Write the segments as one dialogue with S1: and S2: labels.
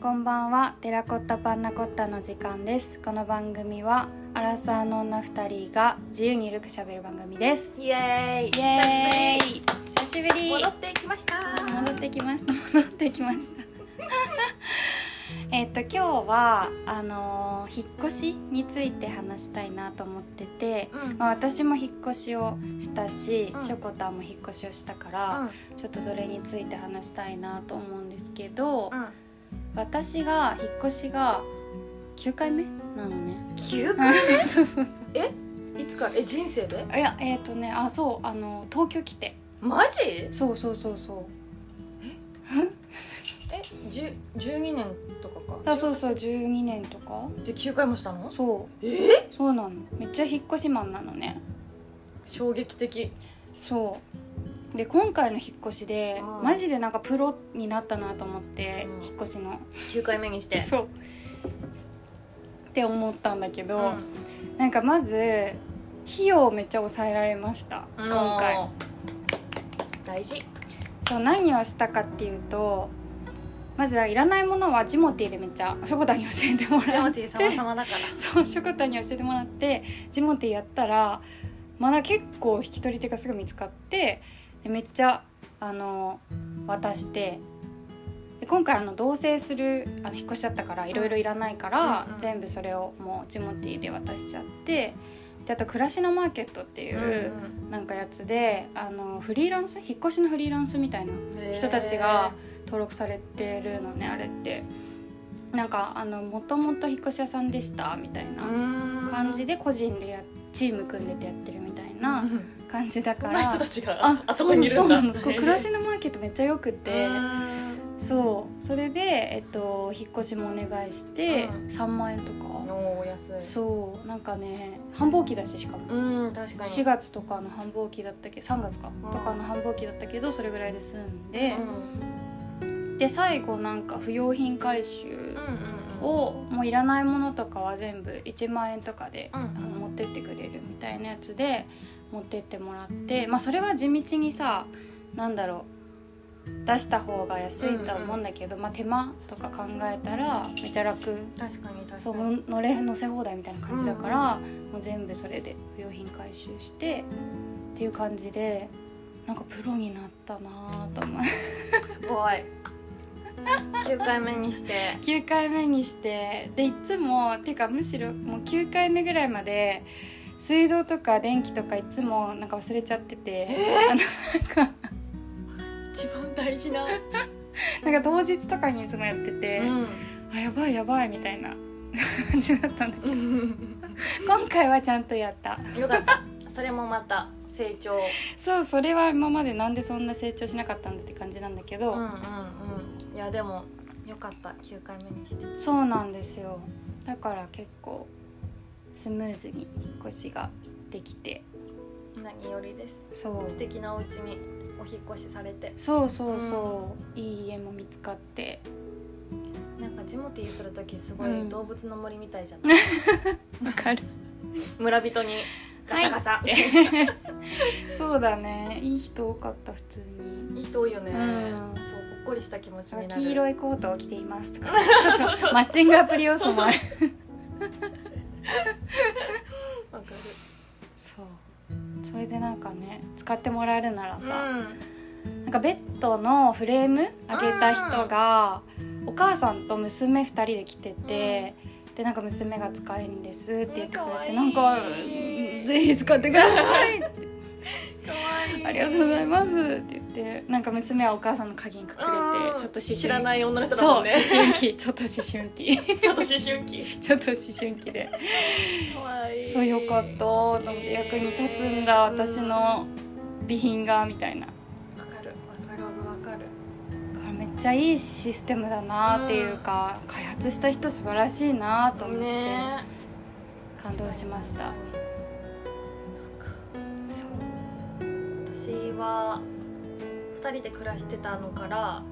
S1: こんばんはテラコッタパンナコッタの時間ですこの番組はアラサーの女二人が自由にゆるくしゃべる番組です
S2: イエーイ
S1: イエーイ久しぶ
S2: 久し
S1: り
S2: ぶり戻ってきました
S1: 戻ってきました 戻ってきました えっと今日はあのー引っ越しについて話したいなと思ってて、
S2: うん
S1: まあ、私も引っ越しをしたし、
S2: うん
S1: しょこたんも引っ越しをしたから、ちょっとそれについて話したいなと思うんですけど、
S2: うん、うん、
S1: 私が引っ越しが9回目なのね
S2: 9回
S1: そうそうそ
S2: いつからえ人生で
S1: ういやえっ、とねあそうあの東京来て
S2: マジえ
S1: そうそうそうそう
S2: じゅ12年とかか
S1: あそうそう12年とか
S2: で9回もしたの
S1: そう
S2: え
S1: そうなのめっちゃ引っ越しマンなのね
S2: 衝撃的
S1: そうで今回の引っ越しで
S2: うん
S1: マジでなんかプロになったなと思って、
S2: うん
S1: 引っ越しの
S2: 9回目にして
S1: そうって思ったんだけ
S2: う
S1: ど、
S2: ん
S1: なんかまず費用をめっちゃ抑えられました今回
S2: もう大事
S1: そう何をしたかっていうとまずはいらないものはジモティーでめっちゃしょこたんに教えても
S2: ジ
S1: ら
S2: モ
S1: っ
S2: ティ
S1: て
S2: 様様だから
S1: そうしょこたんに教えてもらってジモティーやったらまだ結構引き取り手がすぐ見つかってでめっちゃあの渡してで今回あの同棲するあの引っ越しだったからいろいろいらないから、
S2: うんうん
S1: 全部それをもうジモティーで渡しちゃってであと暮らしのマーケットっていうう、なんかやつであのフリーランス引っ越しのフリーランスみたいな。人たちが登録されてるのねあれってなんかあのもともと引っ越し屋さんでしたみたいな感
S2: 感
S1: じで個人でやチーム組んでてやってるみたいな感じだ
S2: そ
S1: か
S2: んな
S1: ら
S2: 人たちがあそこにいる
S1: そ
S2: ん
S1: うな
S2: だ
S1: のそうなのそこ暮らしのマーケットめっちゃよくて
S2: うん
S1: そうそれで、えっと、引っ越しもお願いして、
S2: うん
S1: 3万円とか
S2: お安い
S1: そうなんかね繁忙期だししかも
S2: うん確かに
S1: 4月とかの繁忙期だったけど3月か
S2: うん
S1: とかの繁忙期だったけどそれぐらいで済ん
S2: うん
S1: で、で最後なんか不用品回収
S2: うんうんうん
S1: をもういらないものとかは全部1万円とかで、
S2: うん
S1: あの持ってってくれるみたいなやつで持ってってもらってまあそれは地道にさなんだろう出した方が安いとは思うんだけど、まあ、手間とか考えたらめちゃ楽
S2: 確かに確かに
S1: そうもう乗れ乗せ放題みたいな感じだから、もう全部それで不用品回収してっていう感じでなんかプロになったなぁと思う
S2: すごい9回目にして
S1: 9回目にしてでいつもていうかむしろもう9回目ぐらいまで水道とか電気とかいつもなんか忘れちゃってて、あのなんか
S2: 一番大事な、
S1: なんか同日とかにいつもやってて、あやばいやばいみたいな 感じだったんだけど
S2: うん
S1: 今回はちゃんとやった
S2: よかったそれもまた成長
S1: そうそれは今までなんでそんな成長しなかったんだって感じなんだけ
S2: う
S1: ど、
S2: んうんうんいやでもよかった9回目にして
S1: そうなんですよだから結構スムーズに引っ越しができて
S2: 何よりです
S1: そう
S2: 素敵なお家にお引っ越しされて
S1: そうそうそう、いい家も見つかって
S2: なんかジモティーする時すご
S1: う
S2: い
S1: ん
S2: 動物の森みたいじゃ ない、
S1: わかる
S2: 村人にガサガサ、い、
S1: そうだねいい人多かった普通に
S2: い人多いよね、
S1: うん
S2: そうほっこりした気持ちになる
S1: 黄色いコートを着ていますと かちょっとマッチングアプリ要素もある
S2: わかる
S1: そうそれでなんかね使ってもらえるならさ、
S2: うん
S1: なんかベッドのフレームあげた人が、お母さんと娘2人で来てて、でなんか娘が使いんですって言ってくれて、
S2: うん
S1: なん
S2: かわ
S1: か
S2: いい
S1: ぜひ使ってくださいって
S2: かわいい
S1: ありがとうござい
S2: ま
S1: ますって言ってなんか娘はお母さんの鍵に隠れてちょっと思春期
S2: 知らない女の人だ
S1: そう
S2: もん
S1: 思
S2: ね
S1: 春期ちょっと思春期
S2: ちょっと思春期
S1: ちょっと思春期で
S2: かわいい
S1: そうよかったと思って役に立つんだ
S2: うん
S1: 私の備品がみたいなだ
S2: わかるわかるわかる
S1: からめっちゃいいシステムだなっていうか開発した人素晴らしいなと思って
S2: ね
S1: 感動しました
S2: なんか
S1: そう
S2: 私は二人で暮らしてたのからま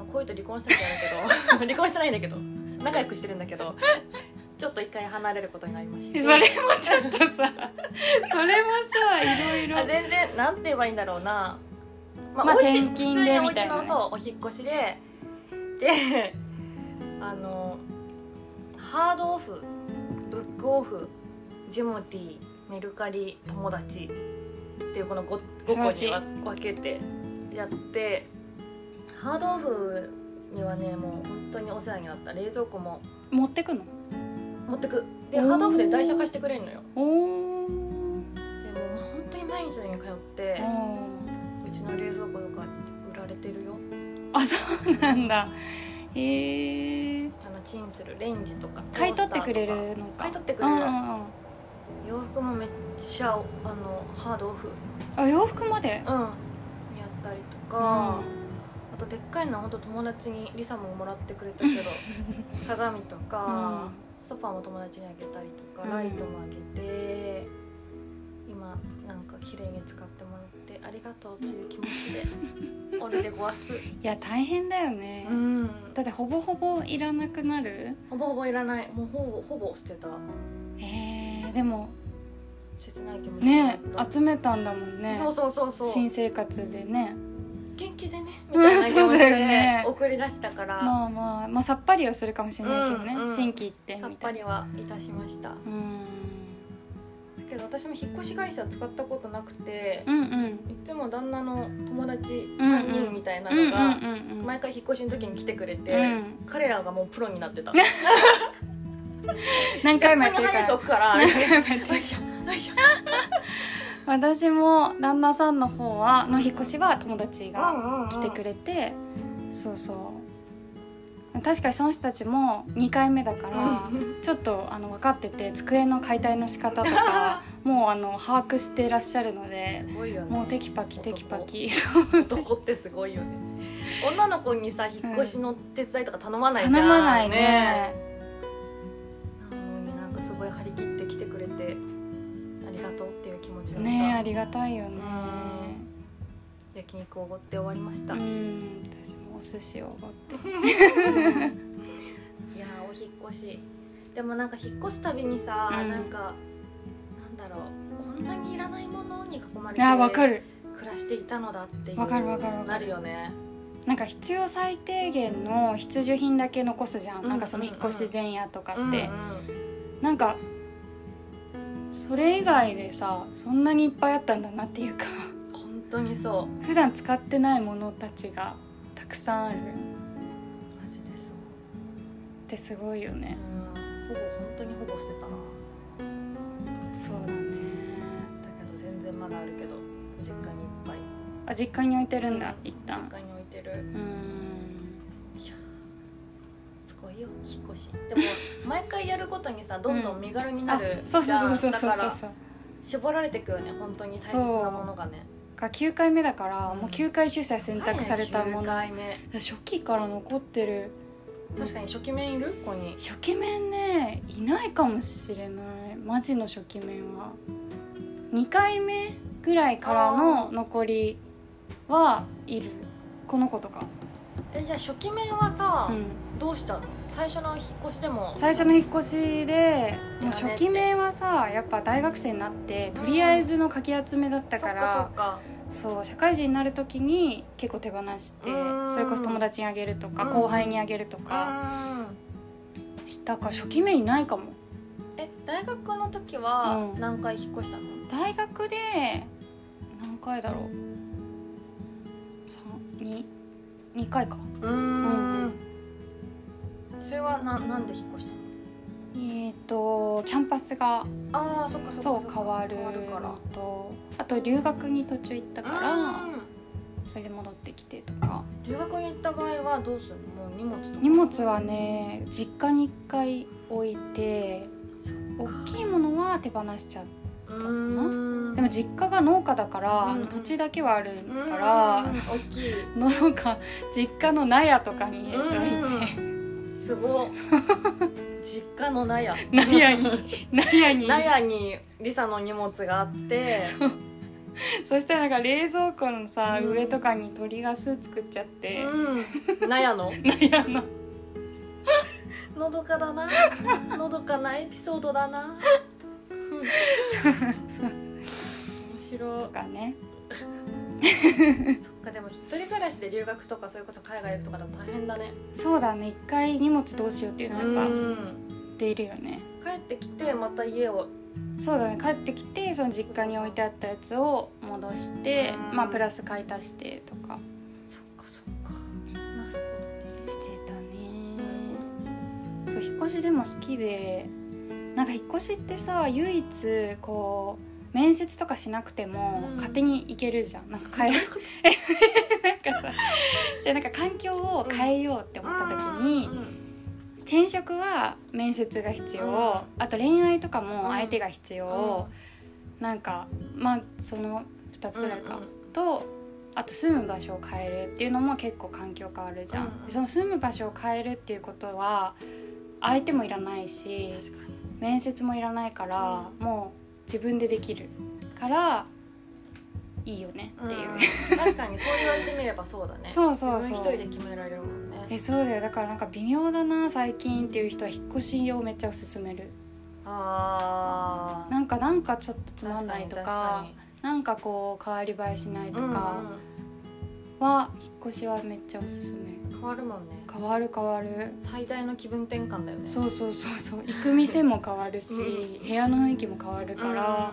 S2: あ恋と離婚したんじゃない けど離婚してないんだけど仲良くしてるんだけどちょっと一回離れることになりま し
S1: それ
S2: た
S1: もちょっとさ それもさいろいろ
S2: あ全然なんて言えばいいんだろうな、ま
S1: まあ
S2: お家
S1: 転勤でみたいなね
S2: 普通にお家のそうお引っ越しでで あのハードオフブックオフジモティメルカリ友達っていうこの 5,
S1: 素晴
S2: 5
S1: ら
S2: 個
S1: しい
S2: にわ分けてやってハードオフにはねもう本当にお世話になった冷蔵庫も
S1: 持ってくの
S2: 持ってくで
S1: おー
S2: ハードオフで台車貸してくれるのよ
S1: おー
S2: でもう本当に毎日のように通って
S1: あ
S2: うちの冷蔵庫とか売られてるよ
S1: ーあそうなんだへえ
S2: あのチンするレンジとか
S1: 買い取ってくれ
S2: トースターと
S1: るの
S2: か
S1: か
S2: 買い取ってく
S1: う
S2: れ
S1: ん
S2: る
S1: うんう
S2: よ
S1: ん
S2: 洋服もめっちゃあのハードオフ
S1: あ洋服まで
S2: うんやったりとか、あとでっかいのは本当友達にリサももらってくれたけ ど鏡とか、ソファーも友達にあげたりとか、
S1: うん
S2: ライトもあげて今なんか綺麗に使ってもらってありがとうという気持ち で俺でごわす
S1: いや大変だよね、
S2: うん
S1: だってほぼほぼいらなくなる
S2: ほぼほぼいらないもうほぼほぼ捨てた
S1: えー、でも
S2: 切ない気持ち
S1: ね
S2: になった
S1: 集めたんだもんね
S2: そうそうそうそう
S1: 新生活でね
S2: 元気でねみ
S1: うん
S2: たいな気
S1: そう
S2: 持ち
S1: だよね
S2: で送り出したから、
S1: まあまあまあさっぱりはするかもしれないけどね、
S2: うんうん
S1: 新規行ってみた
S2: さ
S1: い
S2: っ
S1: な
S2: ぱりはいたしましただ
S1: うん
S2: けど私も引っ越し会社使ったことなくて
S1: うんうん
S2: いつも旦那の友達
S1: うんうん
S2: 3人みたいな
S1: うんうん
S2: のが
S1: うんうん
S2: 毎回引っ越しの時に来てくれて、
S1: うん
S2: 彼らがもうプロになってた
S1: 何回もやっ
S2: こ
S1: て
S2: こ
S1: るか
S2: に入って
S1: ら
S2: おくから
S1: 何回もやってる
S2: よいしょよいしょ
S1: 私も旦那さんの方はの引っ越しは友達が来てく
S2: れ
S1: れてそうそう確かにその人たちも2回目だから、ちょっとあの分かってて机の解体の仕方とか もうあの把握してらっしゃるのです
S2: ごいよね
S1: もうテキパキテキパキ
S2: 男ってすごいよね女の子にさ引っ越しの手伝いとか 頼まない
S1: 頼
S2: じゃん
S1: まないね
S2: なのになんかすごい張り切って来てくれてありがとうっていう気持ちだった、
S1: ねえありがたいよね
S2: 焼肉おごって終わりました、
S1: う
S2: い
S1: ん私もお寿司をおごって
S2: やーお引っ越しでもなんか引っ越すたびにさ、
S1: うん
S2: なんかなんだろうこんなにいらないものに囲まれて
S1: あわかる
S2: 暮らしていたのだっていう
S1: わかるわかるわかる
S2: なるよね
S1: なんか必要最低限の必需品だけ残すじゃん、
S2: うん
S1: なんかその引っ越し前夜とか
S2: うんう
S1: っ
S2: ん
S1: て、なんかそれ以外でさそんなにいっぱいあったんだなっていうか
S2: 本当にそう
S1: 普段使ってないものたちがたくさんあるっ
S2: マジでそう、
S1: てすごいよね
S2: うん、ほぼ本当にほぼ捨てたな
S1: そうだね
S2: だけど全然まだあるけど実家にいっぱい
S1: あ実家に置いてるんだ
S2: うん
S1: 一
S2: 実
S1: 旦
S2: 家に置いてる
S1: うーん
S2: いやーすごいよ引っ越しでも毎回やるごとにさどんどん身軽にな
S1: あ
S2: る、
S1: そうそうそうそう
S2: じゃん
S1: そう
S2: だか
S1: そう
S2: ら
S1: そう
S2: 絞られてくよね本当に大切なものがね
S1: が9回目だから
S2: うん
S1: もう9回主催選択されたもの、
S2: はい9回目
S1: 初期から残ってる
S2: 確かに初期面いるここに
S1: 初期面ねいないかもしれないマジの初期面は2回目ぐらいからの残りはいるこの子とか、
S2: えじゃあ初期面はさ、
S1: うん、
S2: どうしたの最初の引っ越しでも
S1: 最初の引っ越しでもう
S2: やられて
S1: 初期面はさやっぱ大学生になってとりあえずのかき集めだったか
S2: そ
S1: ら
S2: っか
S1: そう社会人になる時に結構手放して
S2: うん
S1: それこそ友達にあげるとか
S2: うん
S1: 後輩にあげると
S2: そっか
S1: かしたから初期面いないかも
S2: うんえ大学の時は
S1: うん
S2: 何回引っ越したの、
S1: 大学で何回だろう32回か
S2: うーん
S1: うん
S2: それはななんで引っ越し
S1: えー、とキャンパスが
S2: たのあーそっかそっか
S1: そ
S2: っ
S1: う
S2: か
S1: 変わる
S2: 変わるから
S1: のとあと留学に途中行った
S2: だ
S1: か
S2: から
S1: らそれで戻ってきてとか
S2: 留学に行った場合はどうするのもう荷物とか
S1: 荷物はね実家に1回置いて
S2: そっ
S1: 大きいものは手放しちゃう
S2: うーん
S1: でも実家が農家だから、
S2: うんうん
S1: 土地だけはある
S2: うーん
S1: から、
S2: 大きい
S1: 農家実家の納屋とかに入れといて、
S2: すごい実家の 納屋
S1: 納屋 に納屋に
S2: 納屋にリサの荷物があって
S1: そしたらなんか冷蔵庫のさ、
S2: うん
S1: 上とかに鳥が巣作っちゃって、
S2: うん納屋の
S1: 悩んだ
S2: のどかだなのどかなエピソードだな面白い
S1: とかね
S2: そっかでも一人暮らしスで留学とかそういうこと海外行くとかだと大変だね
S1: そうだね一回荷物どうしようっていうのはやっ
S2: うん
S1: ぱ出るよね
S2: 帰ってきてまた家を
S1: そうだね帰ってきてその実家に置いてあったやつを戻して
S2: うん
S1: まあプラス買い足してとか
S2: そっかそっかなる
S1: してたねそう引っ越しでも好きでなんか引っ越しってさ唯一こう面接とかしなくても
S2: うん
S1: 勝手に行けるじゃんなんか変え なんかさじゃあなんか環境を変えようって思った時に、転職は面接が必要、
S2: うん
S1: あと恋愛とかも
S2: うん
S1: 相手が必要、なんかまあその2つぐらいか、とあと住む場所を変えるっていうのも結構環境変わるじゃん、
S2: うん
S1: その住む場所を変えるっていうことは相手もいらないし
S2: 確かに
S1: 面接もいらないから、もう自分でできるからいいよねって いう、
S2: うん確かにそう言われてみればそうだね
S1: そうそうそう
S2: 自分一人で決められるもんね
S1: えそうだよだからなんか微妙だな最近っていう人は引っ越しをめっちゃおすすめる
S2: ああ
S1: なんかなんかちょっとつまんないとか
S2: に
S1: なんかこう変わり映えしないと
S2: 確か
S1: か
S2: に
S1: は、引っ越しはめっちゃおすすめ
S2: うん変わるもんね
S1: 変わる変わる
S2: 最大の気分転換だよね
S1: そうそうそうそう行く店も変わるし、
S2: う
S1: 部屋の雰囲気も変わる
S2: うん
S1: から、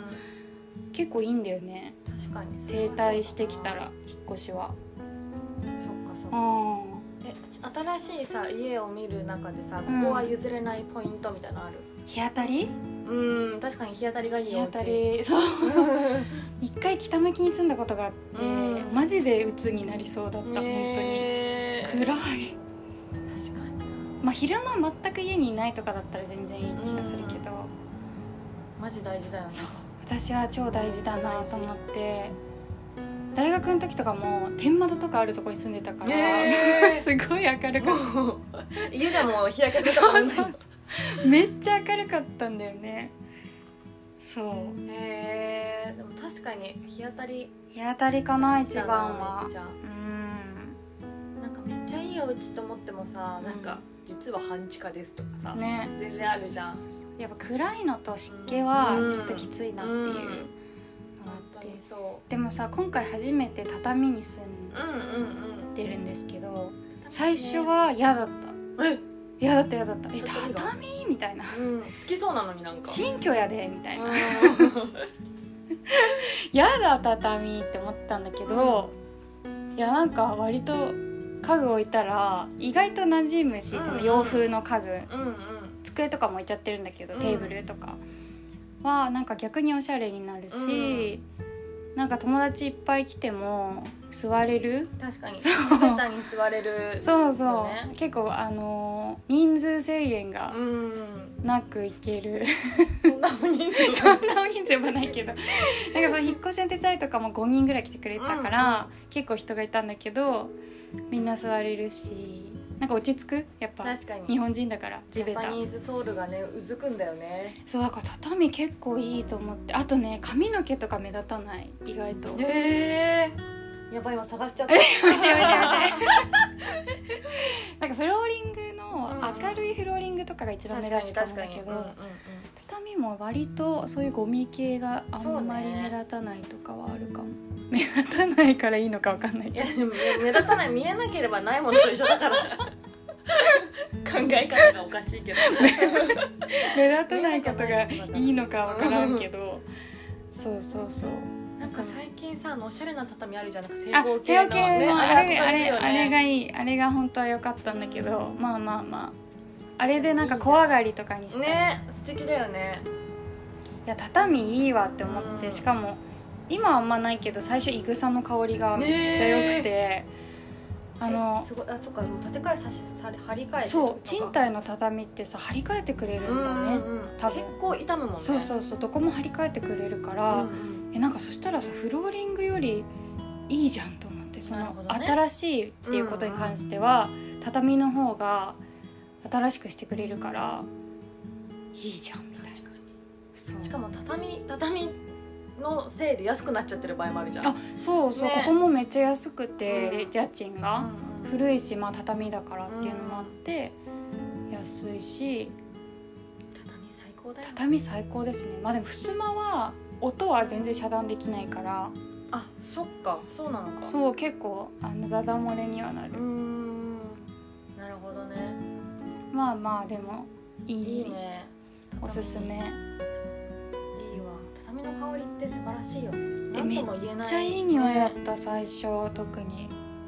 S1: 結構いいんだよね
S2: 確かにそ
S1: 停
S2: れはそうだな
S1: 滞してきたら引っ越しは
S2: そっかそっ
S1: う
S2: か
S1: ん
S2: え新しいさ家を見る中でさこ
S1: うん
S2: こは譲れないポイントみたいなのある
S1: 日当たり
S2: うん確かに日当たりがいい
S1: 日
S2: よ
S1: 当た りそう一回北向きに住んだことがあって、
S2: うん
S1: マジで鬱になりそうだっ
S2: 本
S1: た、本当に
S2: 確
S1: 暗い
S2: かにな
S1: まあ昼間全く家にいないとかだったら全然いい気がするけど、
S2: マジ大事だよね
S1: そう私は超大事だなと思って大学の時とかも天窓とかあるとこに住んでたから、
S2: へー
S1: すごい明るかった
S2: もう 家でも日焼け止めとか
S1: そうんそうそ
S2: 塗ない
S1: うめっちゃ明るかったんだよねそう
S2: へえでも確かに日当たり
S1: 日当たりかな一
S2: じゃ
S1: 番
S2: ない
S1: は
S2: じゃん
S1: うん
S2: なんかめっちゃいいお家と思ってもさなんか実は半地下ですとかさ
S1: ね
S2: 全然あるじゃん
S1: やっぱ暗いのと湿気は
S2: うん
S1: ちょっときついなっていうのがあ
S2: 本
S1: っ
S2: 当
S1: て
S2: にそ
S1: でもさ今回初めて畳に住ん
S2: ううんうんうん
S1: でるんですけど最初は嫌だった
S2: え
S1: 嫌だった嫌だったえ
S2: 畳が
S1: 畳みたいな
S2: うん、好きそうなのになんか。
S1: 新居やでみたいな
S2: う
S1: 嫌だ畳って思ったんだけどいやなんか割と家具置いたら意外と馴染む
S2: う
S1: し
S2: ん
S1: その洋風の家具
S2: んうん
S1: 机とかも置いちゃってるんだけど
S2: うん
S1: テーブルとかはなんか逆におしゃれになるしなんか友達いっぱい来ても座れる
S2: うん、確かに。
S1: そう
S2: ベタに座れる。
S1: そうそ
S2: そうね
S1: う結構あのー人数制限が
S2: うん。
S1: なくいける
S2: そんなお人数。
S1: そんな大人数はないけどなんかその引っ越しの手伝いとかも5人ぐらい来てくれたから、結構人がいたんだけどみんな座れるしなんか落ち着くやっぱ
S2: 確かに。
S1: 日本人だから地べ
S2: ジャ
S1: た
S2: パニーズソウルがね、うずくんだよね。
S1: そうだから畳結構いいと思ってあとね髪の毛とか目立たない意外とや
S2: ええやばい、今探し ちゃった。
S1: めてやめてやめてなんかフローリングの
S2: うん
S1: 明るいフローリングとかが一番目立ってたんだけ
S2: うんうんう
S1: ど畳も割とそういうゴミ系があんまり目立たないとかはあるかも、目立たないからいいのかわかんない
S2: ん。い
S1: け
S2: や、
S1: ど
S2: でも目立たない、見えなければないものと一緒だから。考え方がおかしい けど。
S1: 目立たないことがいいのかわからんけどそうそうそう
S2: なんか最近さ、あのおしゃれな畳あるじゃん。なんか正
S1: あ
S2: 方
S1: 正方
S2: 形
S1: 形
S2: の
S1: の
S2: ね
S1: あれ
S2: 憧
S1: あ
S2: る
S1: れ
S2: よね
S1: あれがいいあれが本当は良かったんだけどまあまあまああれでなんか小上がりとかにして、
S2: ね素敵だよね
S1: いや畳いいわって思って、
S2: うん
S1: しかも今はあんまないけど最初いぐさの香りがめっちゃ良くて、あの
S2: えすごいあそっかもう建て替えさしされ張り替えて
S1: そう賃貸の畳ってさ張り替えてくれる
S2: うん
S1: んだね、
S2: うんうん
S1: 多分
S2: 結構傷むもんね
S1: そうそうそうどこも張り替えてくれるから、
S2: うんうん
S1: えなんかそしたらさフローリングよりいいじゃんと思ってそ
S2: な
S1: の
S2: るほ、どね
S1: 新しいっていうことに関しては、畳の方が新しくしてくれるからいいじゃんみたいな
S2: 確か
S1: そう
S2: にしかも畳畳のせいで安くなっちゃってる場合もあるじゃん
S1: あそうそう、
S2: ね
S1: ここもめっちゃ安くて、
S2: うん
S1: 家賃
S2: う
S1: が、
S2: んうん
S1: 古いし、まあ、畳だからっていうのもあって、安いし
S2: 畳最高だよ
S1: 畳最高ですねまあでも襖は音は全然遮断できないから
S2: あそっかそうなのかう
S1: そう結構あのダダ漏れにはなる
S2: ーんなるほどね
S1: まあまあでもいい
S2: いいね
S1: おすすめ
S2: いいわ畳の香りって素晴らしいよね
S1: え
S2: 何とも言えない
S1: めっちゃいい匂いだっ
S2: ね
S1: た最初特に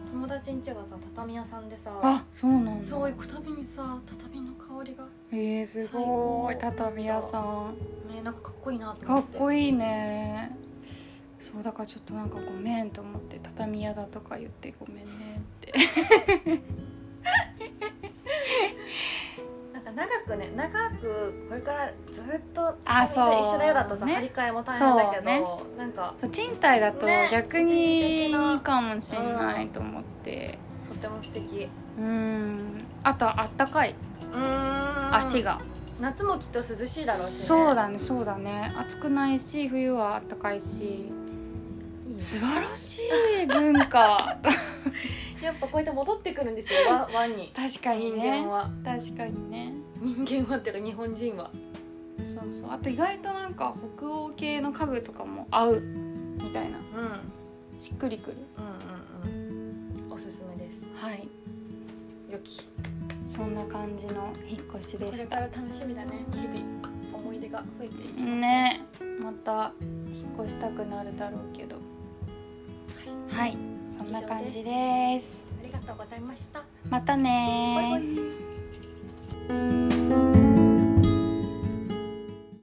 S2: 友達ん家がさ畳屋さんでさ
S1: あそうなんだ
S2: そう行くたびにさ畳の香りが
S1: えー、すごい
S2: 最高
S1: 畳屋さん
S2: ねなんかかっこいいなと
S1: か
S2: 思っ
S1: ってこ
S2: い
S1: いいねそうだからちょっとなんかごめんと思って畳屋だとか言ってごめんねって
S2: なんか長くね長くこれからずっと
S1: あそう
S2: 一緒だよだとさ、
S1: ね
S2: 張り替えも大変だけど、なんか
S1: そう賃貸だと
S2: ね
S1: 逆にいいかもしんないと思って
S2: とっても素敵
S1: うんあとあったかい
S2: うん
S1: 足が、
S2: 夏もきっと涼しいだろうし、ね、
S1: そうだねそうだね暑くないし冬はあったかいし
S2: いいね
S1: 素晴らしい文 化
S2: やっぱこうやって戻ってくるんですよわ輪に
S1: 確かに
S2: 人
S1: ね
S2: 間は
S1: 確かにね
S2: 人間はっていうか日本人は
S1: そうそうあと意外となんか北欧系の家具とかも合うみたいな
S2: うんうん
S1: しっくりくる
S2: うんうんおすすめです
S1: はい
S2: 良き
S1: そんな感じの引っ越しで
S2: これ
S1: し
S2: か
S1: た
S2: ら楽しみだね日々思い出が増えていきます
S1: ねまた引っ越したくなるだろうけどはいそんな感じです
S2: ありがとうございました
S1: またね
S2: バイバイ